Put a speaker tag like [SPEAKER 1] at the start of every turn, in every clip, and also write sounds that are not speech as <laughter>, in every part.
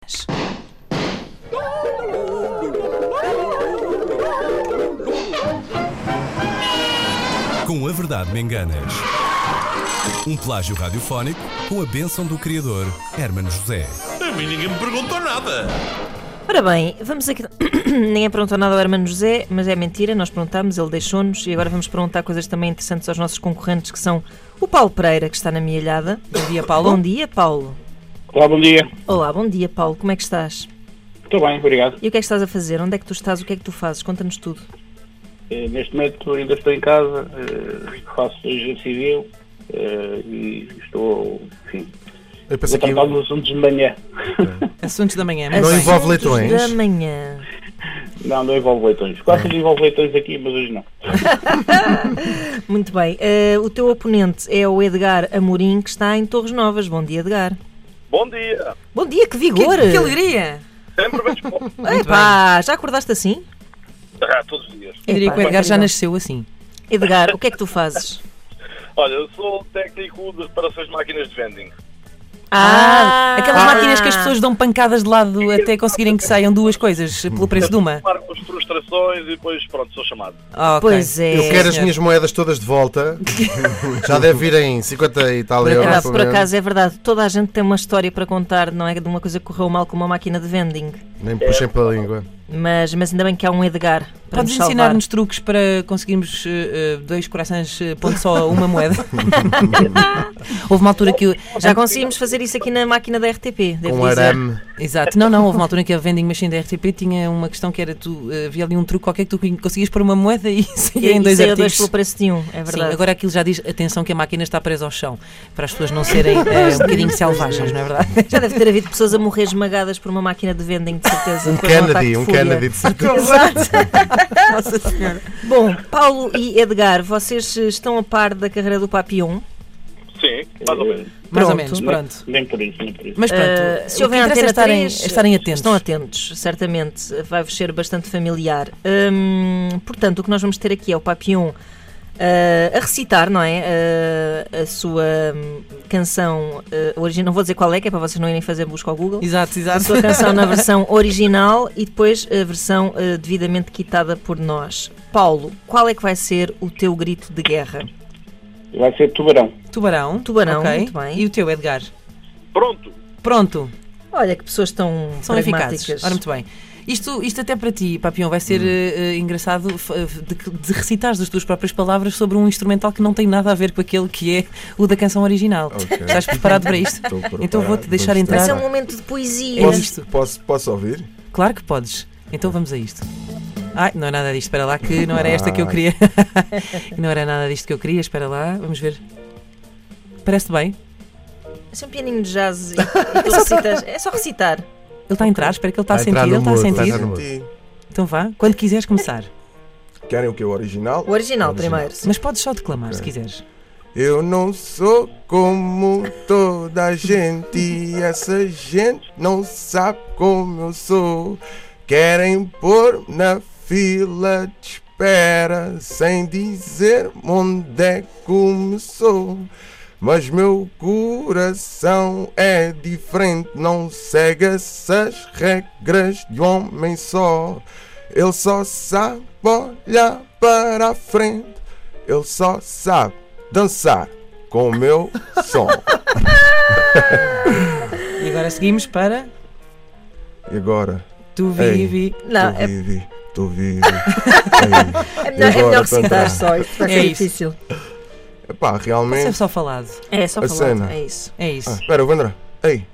[SPEAKER 1] trás.
[SPEAKER 2] Com a verdade me enganas. Um plágio radiofónico com a bênção do criador Hermano José.
[SPEAKER 3] A mim ninguém me perguntou nada.
[SPEAKER 1] Ora bem, vamos aqui. <coughs> Ninguém perguntou nada ao Hermano José, mas é mentira, nós perguntámos, ele deixou-nos e agora vamos perguntar coisas também interessantes aos nossos concorrentes que são o Paulo Pereira, que está na minha ilhada. Bom dia, Paulo. Bom dia, Paulo.
[SPEAKER 4] Olá, bom dia.
[SPEAKER 1] Olá, bom dia, Paulo. Como é que estás?
[SPEAKER 4] Estou bem, obrigado.
[SPEAKER 1] E o que é que estás a fazer? Onde é que tu estás? O que é que tu fazes? Conta-nos tudo.
[SPEAKER 4] Eh, Neste momento ainda estou em casa, eh, faço exercício civil eh, e estou, enfim,
[SPEAKER 5] Eu
[SPEAKER 4] vou
[SPEAKER 5] pensei que
[SPEAKER 4] tratar dos assuntos de manhã.
[SPEAKER 6] Assuntos da manhã, mas
[SPEAKER 5] Não
[SPEAKER 6] bem.
[SPEAKER 5] envolve
[SPEAKER 1] Assuntos
[SPEAKER 5] leitões.
[SPEAKER 1] Da manhã.
[SPEAKER 4] Não, não envolve leitões. Quase
[SPEAKER 5] Uhum.
[SPEAKER 4] tudo envolve leitões aqui, mas hoje não.
[SPEAKER 1] Muito bem. Eh, o teu oponente é o Edgar Amorim, que está em Torres Novas. Bom dia, Edgar.
[SPEAKER 7] Bom dia!
[SPEAKER 1] Bom dia, que
[SPEAKER 6] Que,
[SPEAKER 1] vigor!
[SPEAKER 6] que alegria!
[SPEAKER 7] Sempre bem disposto.
[SPEAKER 1] Epá, já acordaste assim?
[SPEAKER 7] Ah, todos os dias.
[SPEAKER 6] Eu diria
[SPEAKER 1] Epá,
[SPEAKER 6] que o Edgar já
[SPEAKER 1] incrível.
[SPEAKER 6] nasceu assim.
[SPEAKER 1] Edgar, o que é que tu fazes?
[SPEAKER 7] Olha, eu sou técnico de reparações de máquinas de vending.
[SPEAKER 1] Ah,
[SPEAKER 6] aquelas máquinas que as pessoas dão pancadas de lado até conseguirem que saiam duas coisas pelo preço de uma.
[SPEAKER 7] Marco as frustrações e depois, pronto, sou chamado.
[SPEAKER 6] Ah, ok.
[SPEAKER 1] Pois é.
[SPEAKER 5] Eu quero as
[SPEAKER 6] senhor.
[SPEAKER 5] minhas moedas todas de volta. Já deve vir em 50 e tal
[SPEAKER 1] Por
[SPEAKER 5] euros.
[SPEAKER 1] acaso,
[SPEAKER 5] pelo
[SPEAKER 1] por
[SPEAKER 5] menos.
[SPEAKER 1] acaso é verdade, toda a gente tem uma história para contar, não é? De uma coisa que correu mal com uma máquina de vending.
[SPEAKER 5] Nem puxem pela língua.
[SPEAKER 1] Mas, mas ainda bem que há um Edgar para
[SPEAKER 6] Podes
[SPEAKER 1] nos salvar.
[SPEAKER 6] ensinar-nos truques para conseguirmos eh, eh, dois corações, eh, pondo só
[SPEAKER 1] <laughs>
[SPEAKER 6] uma moeda? houve uma altura que. eu-
[SPEAKER 1] Já conseguimos fazer isso aqui na máquina da RTP, devo
[SPEAKER 5] Com
[SPEAKER 1] dizer.
[SPEAKER 5] Um arame.
[SPEAKER 6] Exato, não, não, houve uma altura em que a vending machine da RTP tinha uma questão que era tu, eh, havia ali um truque qualquer que tu conseguias pôr uma moeda e <laughs>
[SPEAKER 1] E,
[SPEAKER 6] saía em dois
[SPEAKER 1] e saiu dois
[SPEAKER 6] artigos.
[SPEAKER 1] pelo preço de um, é
[SPEAKER 6] Sim,
[SPEAKER 1] verdade.
[SPEAKER 6] agora aquilo já diz, atenção que a máquina está presa ao chão, para as pessoas não
[SPEAKER 1] <laughs>
[SPEAKER 6] serem eh, um bocadinho selvagens, não é verdade? <laughs>
[SPEAKER 1] Já deve ter havido pessoas a morrer esmagadas por uma máquina de vending, de certeza.
[SPEAKER 5] Um
[SPEAKER 1] Foi ataque
[SPEAKER 5] Kennedy,
[SPEAKER 1] de
[SPEAKER 5] um
[SPEAKER 1] fúria.
[SPEAKER 5] Kennedy de certeza.
[SPEAKER 6] Nossa Senhora.
[SPEAKER 1] Bom, Paulo e Edgar, vocês eh, estão a par da carreira do um? Papillon?
[SPEAKER 7] Sim, mais ou menos.
[SPEAKER 6] Mais ou
[SPEAKER 1] Pronto.
[SPEAKER 6] menos, pronto.
[SPEAKER 4] Eh, Nem por isso, nem por isso.
[SPEAKER 6] Mas pronto,
[SPEAKER 1] Eh,
[SPEAKER 6] o que
[SPEAKER 1] houver
[SPEAKER 6] interessa é
[SPEAKER 1] Antena
[SPEAKER 6] estarem,
[SPEAKER 1] 3,
[SPEAKER 6] é estarem atentos.
[SPEAKER 1] eh, Estão atentos, certamente. Vai-vos ser bastante familiar. Hum, portanto, o que nós vamos ter aqui é o Papillon eh, a recitar, não é? Eh, a sua hum, canção eh, original. Não vou dizer qual é, que é para vocês não irem fazer busca ao Google.
[SPEAKER 6] Exato,
[SPEAKER 1] A
[SPEAKER 6] exato.
[SPEAKER 1] sua canção na versão original e depois a versão eh, devidamente quitada por nós. Paulo, qual é que vai ser o teu grito de guerra?
[SPEAKER 4] Vai ser tubarão.
[SPEAKER 6] Tubarão.
[SPEAKER 1] Tubarão,
[SPEAKER 6] ok.
[SPEAKER 1] muito bem.
[SPEAKER 6] E o teu, Edgar?
[SPEAKER 7] Pronto,
[SPEAKER 6] Pronto,
[SPEAKER 1] Olha, que pessoas tão
[SPEAKER 6] são
[SPEAKER 1] pragmáticas.
[SPEAKER 6] eficazes. Ora, muito bem. Isto, isto até para ti, Papião, vai
[SPEAKER 8] Hum.
[SPEAKER 6] ser eh, eh, engraçado f- f- de, que- de recitares as tuas próprias palavras sobre um instrumental que não tem nada a ver com aquele que é o da canção original.
[SPEAKER 8] Ok.
[SPEAKER 6] <laughs> Estás preparado para isto?
[SPEAKER 8] Estou preparado.
[SPEAKER 6] Então vou-te deixar
[SPEAKER 8] Vamos
[SPEAKER 6] entrar.
[SPEAKER 1] Vai ser
[SPEAKER 8] tentar.
[SPEAKER 1] um momento de poesia.
[SPEAKER 6] É isto.
[SPEAKER 8] Posso, posso, posso ouvir?
[SPEAKER 6] Claro que podes. Então vamos a isto. Ai, não é nada disto, espera lá, que não era esta que eu queria. <laughs> não era nada disto que eu queria, espera lá, vamos ver. Parece bem.
[SPEAKER 1] Isso é um pianinho de jazz e,
[SPEAKER 6] <laughs>
[SPEAKER 1] e tu recitas. É só recitar.
[SPEAKER 6] Ele está a entrar, espera que ele está a
[SPEAKER 5] Vai
[SPEAKER 6] sentir,
[SPEAKER 5] entrar
[SPEAKER 6] ele está
[SPEAKER 5] no
[SPEAKER 6] a
[SPEAKER 5] mood, vai
[SPEAKER 6] sentir.
[SPEAKER 5] entrar no mood.
[SPEAKER 6] Então vá, quando quiseres começar.
[SPEAKER 8] Querem o que? O original?
[SPEAKER 1] O original primeiro.
[SPEAKER 6] Mas podes só declamar se quiseres.
[SPEAKER 8] Eu não sou como toda a gente. e Essa gente não sabe como eu sou. Querem pôr na fila de espera sem dizer onde é que começou. Mas meu coração é diferente, não segue essas regras de um homem só. Ele só sabe olhar para a frente, ele só sabe dançar com o meu
[SPEAKER 1] <laughs>
[SPEAKER 8] som.
[SPEAKER 6] E agora seguimos para
[SPEAKER 8] E agora?
[SPEAKER 6] Tu
[SPEAKER 8] Ei.
[SPEAKER 6] Vivi.
[SPEAKER 1] Não,
[SPEAKER 8] tu
[SPEAKER 1] é,
[SPEAKER 8] vive, tu
[SPEAKER 1] <laughs>
[SPEAKER 8] vive. Ei,
[SPEAKER 1] é melhor,
[SPEAKER 8] agora,
[SPEAKER 1] é melhor
[SPEAKER 8] então,
[SPEAKER 1] recitar
[SPEAKER 8] tá.
[SPEAKER 1] só. Isto vai
[SPEAKER 6] É
[SPEAKER 1] ser
[SPEAKER 6] isso.
[SPEAKER 1] difícil.
[SPEAKER 8] Epá,
[SPEAKER 6] Pode ser
[SPEAKER 8] realmente.
[SPEAKER 6] só falado.
[SPEAKER 1] É só
[SPEAKER 8] A
[SPEAKER 1] falar.
[SPEAKER 8] cena.
[SPEAKER 1] É isso.
[SPEAKER 6] É isso.
[SPEAKER 8] Ah, espera, eu vou entrar. Ei,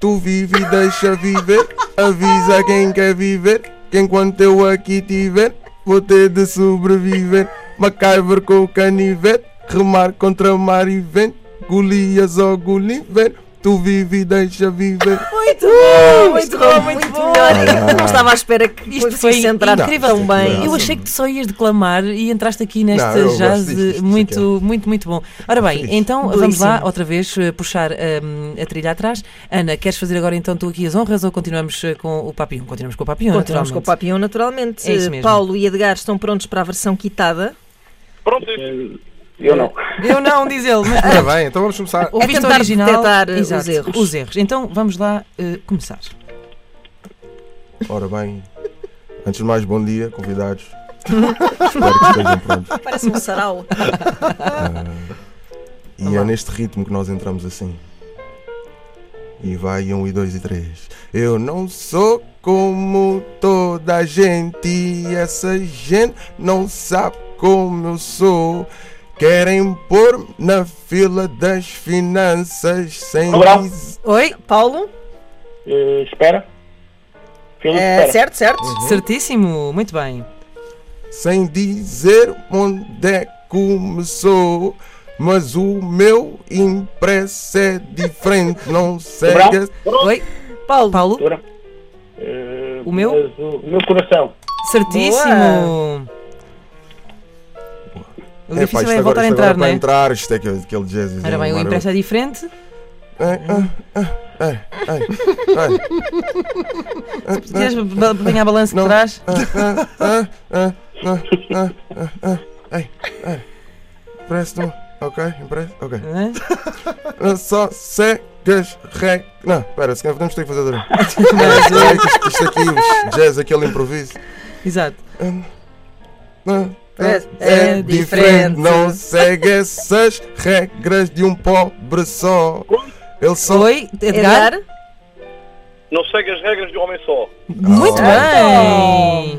[SPEAKER 8] tu vive e deixa viver. Avisa quem quer viver. Que enquanto eu aqui tiver, vou ter de sobreviver. Macaiver com o canivete. Remar contra mar e vento. Golias ou Gulliver. Tu vive e deixa viver.
[SPEAKER 6] Oh, Muito
[SPEAKER 1] Isto ficou muito melhor. Não estava à espera que
[SPEAKER 6] Isto
[SPEAKER 1] isto
[SPEAKER 6] foi
[SPEAKER 1] fosse entrar
[SPEAKER 6] incrível.
[SPEAKER 1] tão bem.
[SPEAKER 8] Não.
[SPEAKER 6] Eu achei que tu só ias declamar e entraste aqui neste
[SPEAKER 8] Não, eu
[SPEAKER 6] jazz
[SPEAKER 8] gosto disto, isto é que
[SPEAKER 6] muito, muito, muito bom. Ora bem, então vamos
[SPEAKER 1] Belíssimo.
[SPEAKER 6] lá outra vez eh, puxar hum, a trilha atrás. Ana, queres fazer agora então tu aqui as honras ou continuamos eh, com o papião? Continuamos com o papião,
[SPEAKER 1] Continuamos com o
[SPEAKER 6] naturalmente.
[SPEAKER 1] Papião, naturalmente.
[SPEAKER 6] É isso mesmo.
[SPEAKER 1] Paulo e Edgar estão prontos para a versão quitada.
[SPEAKER 7] pronto.
[SPEAKER 4] Eh, Eu não.
[SPEAKER 6] Eu não, diz ele,
[SPEAKER 1] <laughs>
[SPEAKER 6] mas
[SPEAKER 5] Ora bem, então vamos começar.
[SPEAKER 6] ouviste o
[SPEAKER 1] É tentar
[SPEAKER 6] original.
[SPEAKER 1] detectar, eh,
[SPEAKER 6] Exato,
[SPEAKER 1] os erros.
[SPEAKER 6] Então vamos lá eh, começar.
[SPEAKER 8] Ora bem, antes de mais, bom dia, convidados. <laughs> Espero que estejam prontos.
[SPEAKER 1] Parece um sarau.
[SPEAKER 8] E é neste ritmo que nós entramos assim. E vai um e dois e três. Eu não sou como toda a gente. E essa gente não sabe como eu sou. Querem pôr-me na fila das finanças sem.
[SPEAKER 4] Olá.
[SPEAKER 8] dizer-
[SPEAKER 1] Oi, Paulo?
[SPEAKER 4] Eh, espera. Filipe,
[SPEAKER 1] É,
[SPEAKER 6] Eh,
[SPEAKER 4] espera.
[SPEAKER 1] certo, certo.
[SPEAKER 8] Uhum.
[SPEAKER 6] Certíssimo, muito bem.
[SPEAKER 8] sem dizer onde é que começou. Mas o meu impresso é diferente, não segue.
[SPEAKER 4] Brau?
[SPEAKER 6] Oi,
[SPEAKER 1] Paulo.
[SPEAKER 6] Paulo,
[SPEAKER 4] Doutora? Eh,
[SPEAKER 6] O meu?
[SPEAKER 4] mas o meu coração.
[SPEAKER 6] certíssimo. O
[SPEAKER 8] É, pá,
[SPEAKER 6] difícil
[SPEAKER 8] isto
[SPEAKER 6] é
[SPEAKER 8] agora,
[SPEAKER 6] voltar a
[SPEAKER 8] isto agora
[SPEAKER 6] entrar, não
[SPEAKER 8] para
[SPEAKER 6] é?
[SPEAKER 8] entrar, isto é aquele, aquele jazz.
[SPEAKER 6] Ora bem, o impresso é diferente.
[SPEAKER 8] Eh,
[SPEAKER 6] Queres ba- ba- apanhar a balança de
[SPEAKER 8] Não.
[SPEAKER 6] trás?
[SPEAKER 8] Impresso, ok, impresso, ok.
[SPEAKER 6] Hã?
[SPEAKER 8] Só cegas, reg. Não, pera, se calhar vamos ter que fazer outra
[SPEAKER 6] <laughs>
[SPEAKER 8] vez.
[SPEAKER 6] Mas,
[SPEAKER 8] Ai, isto- Isto aqui, os jazz, aquele improviso.
[SPEAKER 6] Exato.
[SPEAKER 8] Não,
[SPEAKER 1] É- é diferente.
[SPEAKER 8] Não segue essas regras de um pobre só. Ele só.
[SPEAKER 6] Oi, <laughs> Edgar.
[SPEAKER 1] Edgar?
[SPEAKER 7] Não segue as regras de um homem só.
[SPEAKER 6] Muito bem.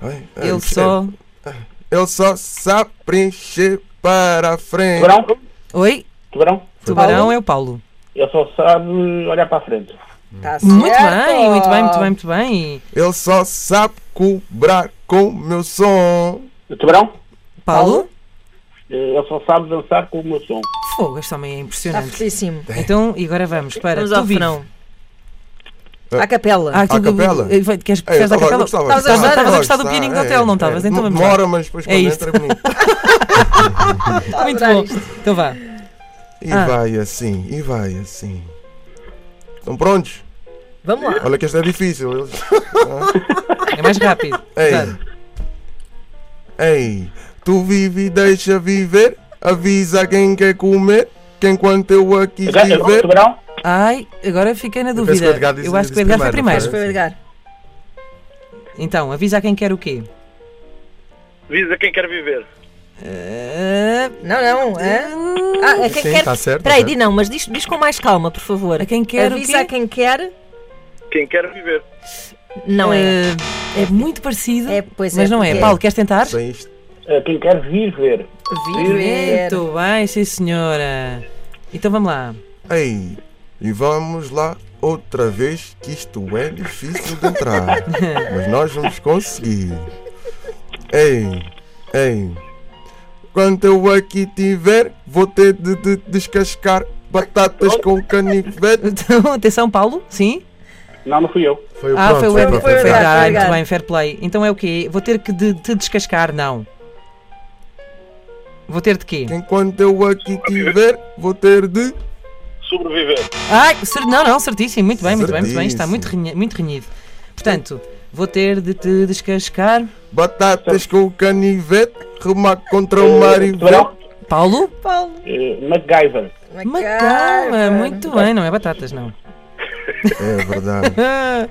[SPEAKER 8] Ai, ai,
[SPEAKER 6] Ele
[SPEAKER 8] isto
[SPEAKER 6] só.
[SPEAKER 8] é- Ele só sabe preencher para a frente.
[SPEAKER 4] Tubarão?
[SPEAKER 6] Oi,
[SPEAKER 4] Tubarão?
[SPEAKER 6] tubarão é o Paulo.
[SPEAKER 4] Ele só sabe olhar para a frente.
[SPEAKER 1] Tá certo.
[SPEAKER 6] Muito bem, muito bem, muito bem, muito bem.
[SPEAKER 8] Ele só sabe cobrar com o meu som.
[SPEAKER 4] O Tubarão?
[SPEAKER 6] Paulo?
[SPEAKER 4] Eh, Ele só sabe dançar com o meu som.
[SPEAKER 6] Fogo, este homem é
[SPEAKER 1] Está
[SPEAKER 6] impressionante.
[SPEAKER 1] Tá fortíssimo.
[SPEAKER 6] Então, e agora vamos para
[SPEAKER 1] Vamos
[SPEAKER 6] Tu
[SPEAKER 1] ao
[SPEAKER 6] Vive.
[SPEAKER 1] refrão.
[SPEAKER 8] É.
[SPEAKER 1] À capela.
[SPEAKER 6] Ah, aquilo
[SPEAKER 8] À
[SPEAKER 6] do-
[SPEAKER 8] capela?
[SPEAKER 6] eh, vai- Queres
[SPEAKER 8] Ei, eu
[SPEAKER 6] queres à
[SPEAKER 8] tava- eu
[SPEAKER 6] capela?
[SPEAKER 8] gostava,
[SPEAKER 1] Estavas a gostar,
[SPEAKER 8] gostava,
[SPEAKER 1] estavas a
[SPEAKER 8] gostava, é,
[SPEAKER 6] gostar do pianinho do hotel, não estavas? Então vamos lá.
[SPEAKER 8] Demora, mas depois
[SPEAKER 6] É
[SPEAKER 8] quando
[SPEAKER 6] isto.
[SPEAKER 8] entra é
[SPEAKER 6] <laughs>
[SPEAKER 8] bonito.
[SPEAKER 6] Muito
[SPEAKER 1] Adorei
[SPEAKER 6] bom. Então vá.
[SPEAKER 8] E
[SPEAKER 6] Ah.
[SPEAKER 8] vai assim, e vai assim. Estão prontos?
[SPEAKER 1] Vamos lá.
[SPEAKER 8] Olha que este é difícil. Eles-
[SPEAKER 6] É mais rápido.
[SPEAKER 8] <laughs> Ei.
[SPEAKER 6] Exato.
[SPEAKER 8] Ei, tu vive e deixa viver. Avisa quem quer comer. Que enquanto eu aqui
[SPEAKER 4] Edgar, eh,
[SPEAKER 8] estiver.
[SPEAKER 4] Tubarão?
[SPEAKER 6] Ai, agora fiquei na
[SPEAKER 5] penso que
[SPEAKER 6] dúvida.
[SPEAKER 5] o Edgar disse-
[SPEAKER 6] Eu acho que o
[SPEAKER 5] disse
[SPEAKER 6] Edgar foi
[SPEAKER 5] primeiro,
[SPEAKER 6] primeiro.
[SPEAKER 1] Acho que foi o Edgar.
[SPEAKER 6] Então, avisa a quem quer o quê?
[SPEAKER 7] Diz a quem quer viver.
[SPEAKER 6] Eh,
[SPEAKER 1] Não, não. hã? Ah, a quem
[SPEAKER 5] Sim,
[SPEAKER 1] quer.
[SPEAKER 5] tá certo,
[SPEAKER 1] Peraí,
[SPEAKER 5] tá certo.
[SPEAKER 1] Di, não, mas diz, diz com mais calma, por favor.
[SPEAKER 6] A quem quer o
[SPEAKER 1] Avisa a
[SPEAKER 6] quê?
[SPEAKER 1] quem quer.
[SPEAKER 7] Quem quer viver.
[SPEAKER 1] Não é.
[SPEAKER 6] Eh, é muito parecido,
[SPEAKER 1] É, pois é,
[SPEAKER 6] mas não é.
[SPEAKER 1] porque-
[SPEAKER 6] Paulo, queres tentar?
[SPEAKER 8] Sem isto.
[SPEAKER 4] Eh, Quem quer viver.
[SPEAKER 1] Viver.
[SPEAKER 6] Muito bem, sim senhora. Então vamos lá.
[SPEAKER 8] Ei, e vamos lá outra vez, que isto é difícil de
[SPEAKER 6] <laughs>
[SPEAKER 8] entrar. mas nós vamos conseguir. Ei, ei. Quando eu aqui tiver, vou ter de, de descascar
[SPEAKER 5] Oh.
[SPEAKER 8] batatas com canivete.
[SPEAKER 6] Então, atenção, Paulo. Sim?
[SPEAKER 4] Não, não fui eu.
[SPEAKER 5] Foi o
[SPEAKER 6] ah,
[SPEAKER 5] pronto,
[SPEAKER 6] foi o
[SPEAKER 5] foi
[SPEAKER 6] Edgar.
[SPEAKER 5] pronto,
[SPEAKER 1] foi o
[SPEAKER 5] foi
[SPEAKER 1] Edgar.
[SPEAKER 5] pronto.
[SPEAKER 6] Ah,
[SPEAKER 1] Edgar.
[SPEAKER 6] muito bem, fair play. Então é o quê? Vou ter que de- te descascar, não. Vou ter de quê?
[SPEAKER 8] Enquanto eu aqui tiver, vou ter de.
[SPEAKER 7] Sobreviver.
[SPEAKER 6] Ai, cer- não, não, certíssimo. Muito bem, muito bem, muito bem. Está
[SPEAKER 8] Certíssimo.
[SPEAKER 6] muito, renhe- muito renhido. Portanto, vou ter de te descascar.
[SPEAKER 8] Batatas com canivete, remar contra o mar
[SPEAKER 4] Eh,
[SPEAKER 8] e
[SPEAKER 4] Tubarão?
[SPEAKER 6] Paulo?
[SPEAKER 1] Paulo.
[SPEAKER 4] Eh, MacGyver.
[SPEAKER 6] Macaba, muito bem. Não é batatas, não.
[SPEAKER 8] É verdade.
[SPEAKER 6] Ah,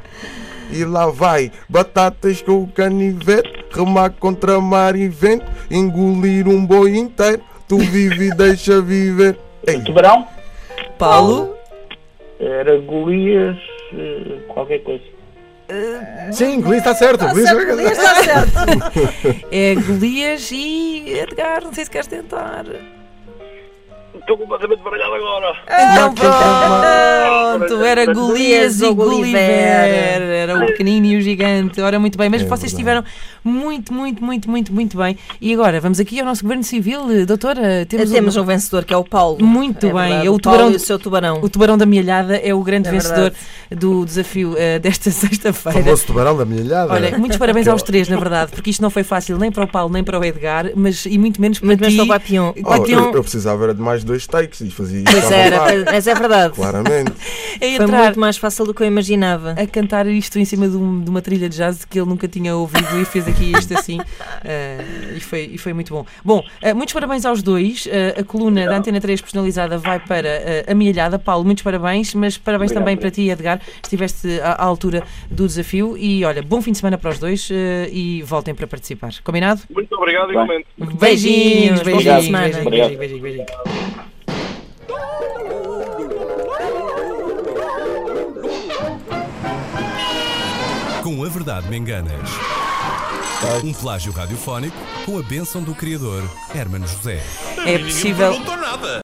[SPEAKER 8] E lá vai, batatas com canivete, remar contra mar e vento, engolir um boi inteiro, tu vive e deixa viver. Ei,
[SPEAKER 4] Tubarão? eh,
[SPEAKER 6] Paulo?
[SPEAKER 4] Era Golias. eh, Qualquer coisa.
[SPEAKER 5] Sim, Luís está certo.
[SPEAKER 8] Tá
[SPEAKER 5] Luís
[SPEAKER 1] Mas Está certo.
[SPEAKER 6] É Golias e Edgar. Não sei se queres tentar.
[SPEAKER 7] Estou completamente baralhado agora.
[SPEAKER 6] Então pronto, era Golias e
[SPEAKER 1] ou
[SPEAKER 6] Gulliver.
[SPEAKER 1] Gulliver.
[SPEAKER 6] Era o pequenino e o gigante. Ora, muito bem, mas
[SPEAKER 8] É
[SPEAKER 6] vocês estiveram
[SPEAKER 8] verdade.
[SPEAKER 6] muito, muito, muito, muito, muito bem. E agora, vamos aqui ao nosso Governo Civil. Eh, Doutora, temos, um-
[SPEAKER 1] Temos um vencedor que é o Paulo.
[SPEAKER 6] Muito
[SPEAKER 1] É
[SPEAKER 6] bem,
[SPEAKER 1] verdade,
[SPEAKER 6] é o
[SPEAKER 1] o Paulo
[SPEAKER 6] tubarão
[SPEAKER 1] e
[SPEAKER 6] do-
[SPEAKER 1] o seu tubarão.
[SPEAKER 6] O Tubarão da Milhada é o grande
[SPEAKER 1] É
[SPEAKER 6] vencedor do desafio eh, desta <laughs>
[SPEAKER 5] O
[SPEAKER 6] sexta-feira.
[SPEAKER 5] famoso tubarão da milhada.
[SPEAKER 6] Olha, muitos parabéns aos três, na verdade, porque isto não foi fácil nem para o Paulo nem para o Edgar, mas e muito menos para
[SPEAKER 1] Muito
[SPEAKER 6] ti.
[SPEAKER 1] bem, estou para a Pion.
[SPEAKER 8] oh,
[SPEAKER 6] Vai ter
[SPEAKER 8] eu,
[SPEAKER 6] um-
[SPEAKER 8] eu precisava era de mais dois takes e fazia isto.
[SPEAKER 1] Pois
[SPEAKER 8] à
[SPEAKER 1] era,
[SPEAKER 8] vontade.
[SPEAKER 1] mas é verdade.
[SPEAKER 8] Claramente.
[SPEAKER 6] É
[SPEAKER 1] Foi
[SPEAKER 6] entrar
[SPEAKER 1] muito mais fácil do que eu imaginava.
[SPEAKER 6] a cantar isto em cima de, um- de uma trilha de jazz que ele nunca tinha ouvido e fez aqui isto
[SPEAKER 1] <laughs>
[SPEAKER 6] assim. eh, e, foi, e foi muito bom. Bom, eh, muitos parabéns aos dois. Eh, a coluna da Antena 3 personalizada vai para eh, a Milhada. Paulo, muitos parabéns, mas parabéns também para ti, Edgar. Estiveste à, à altura do desafio. E olha, bom fim de semana para os dois eh, e voltem para participar. Combinado?
[SPEAKER 7] Muito obrigado, igualmente.
[SPEAKER 1] Beijinhos, bom fim de
[SPEAKER 6] Beijinhos, beijinhos,
[SPEAKER 1] semana.
[SPEAKER 6] beijinhos,
[SPEAKER 4] Obrigado.
[SPEAKER 6] beijinhos, beijinhos, beijinhos.
[SPEAKER 2] Com a Verdade Me Enganas. Um plágio radiofónico com a bênção do criador, Hermano José.
[SPEAKER 3] A
[SPEAKER 6] É
[SPEAKER 3] mim
[SPEAKER 6] possível-
[SPEAKER 3] Ninguém me perguntou nada.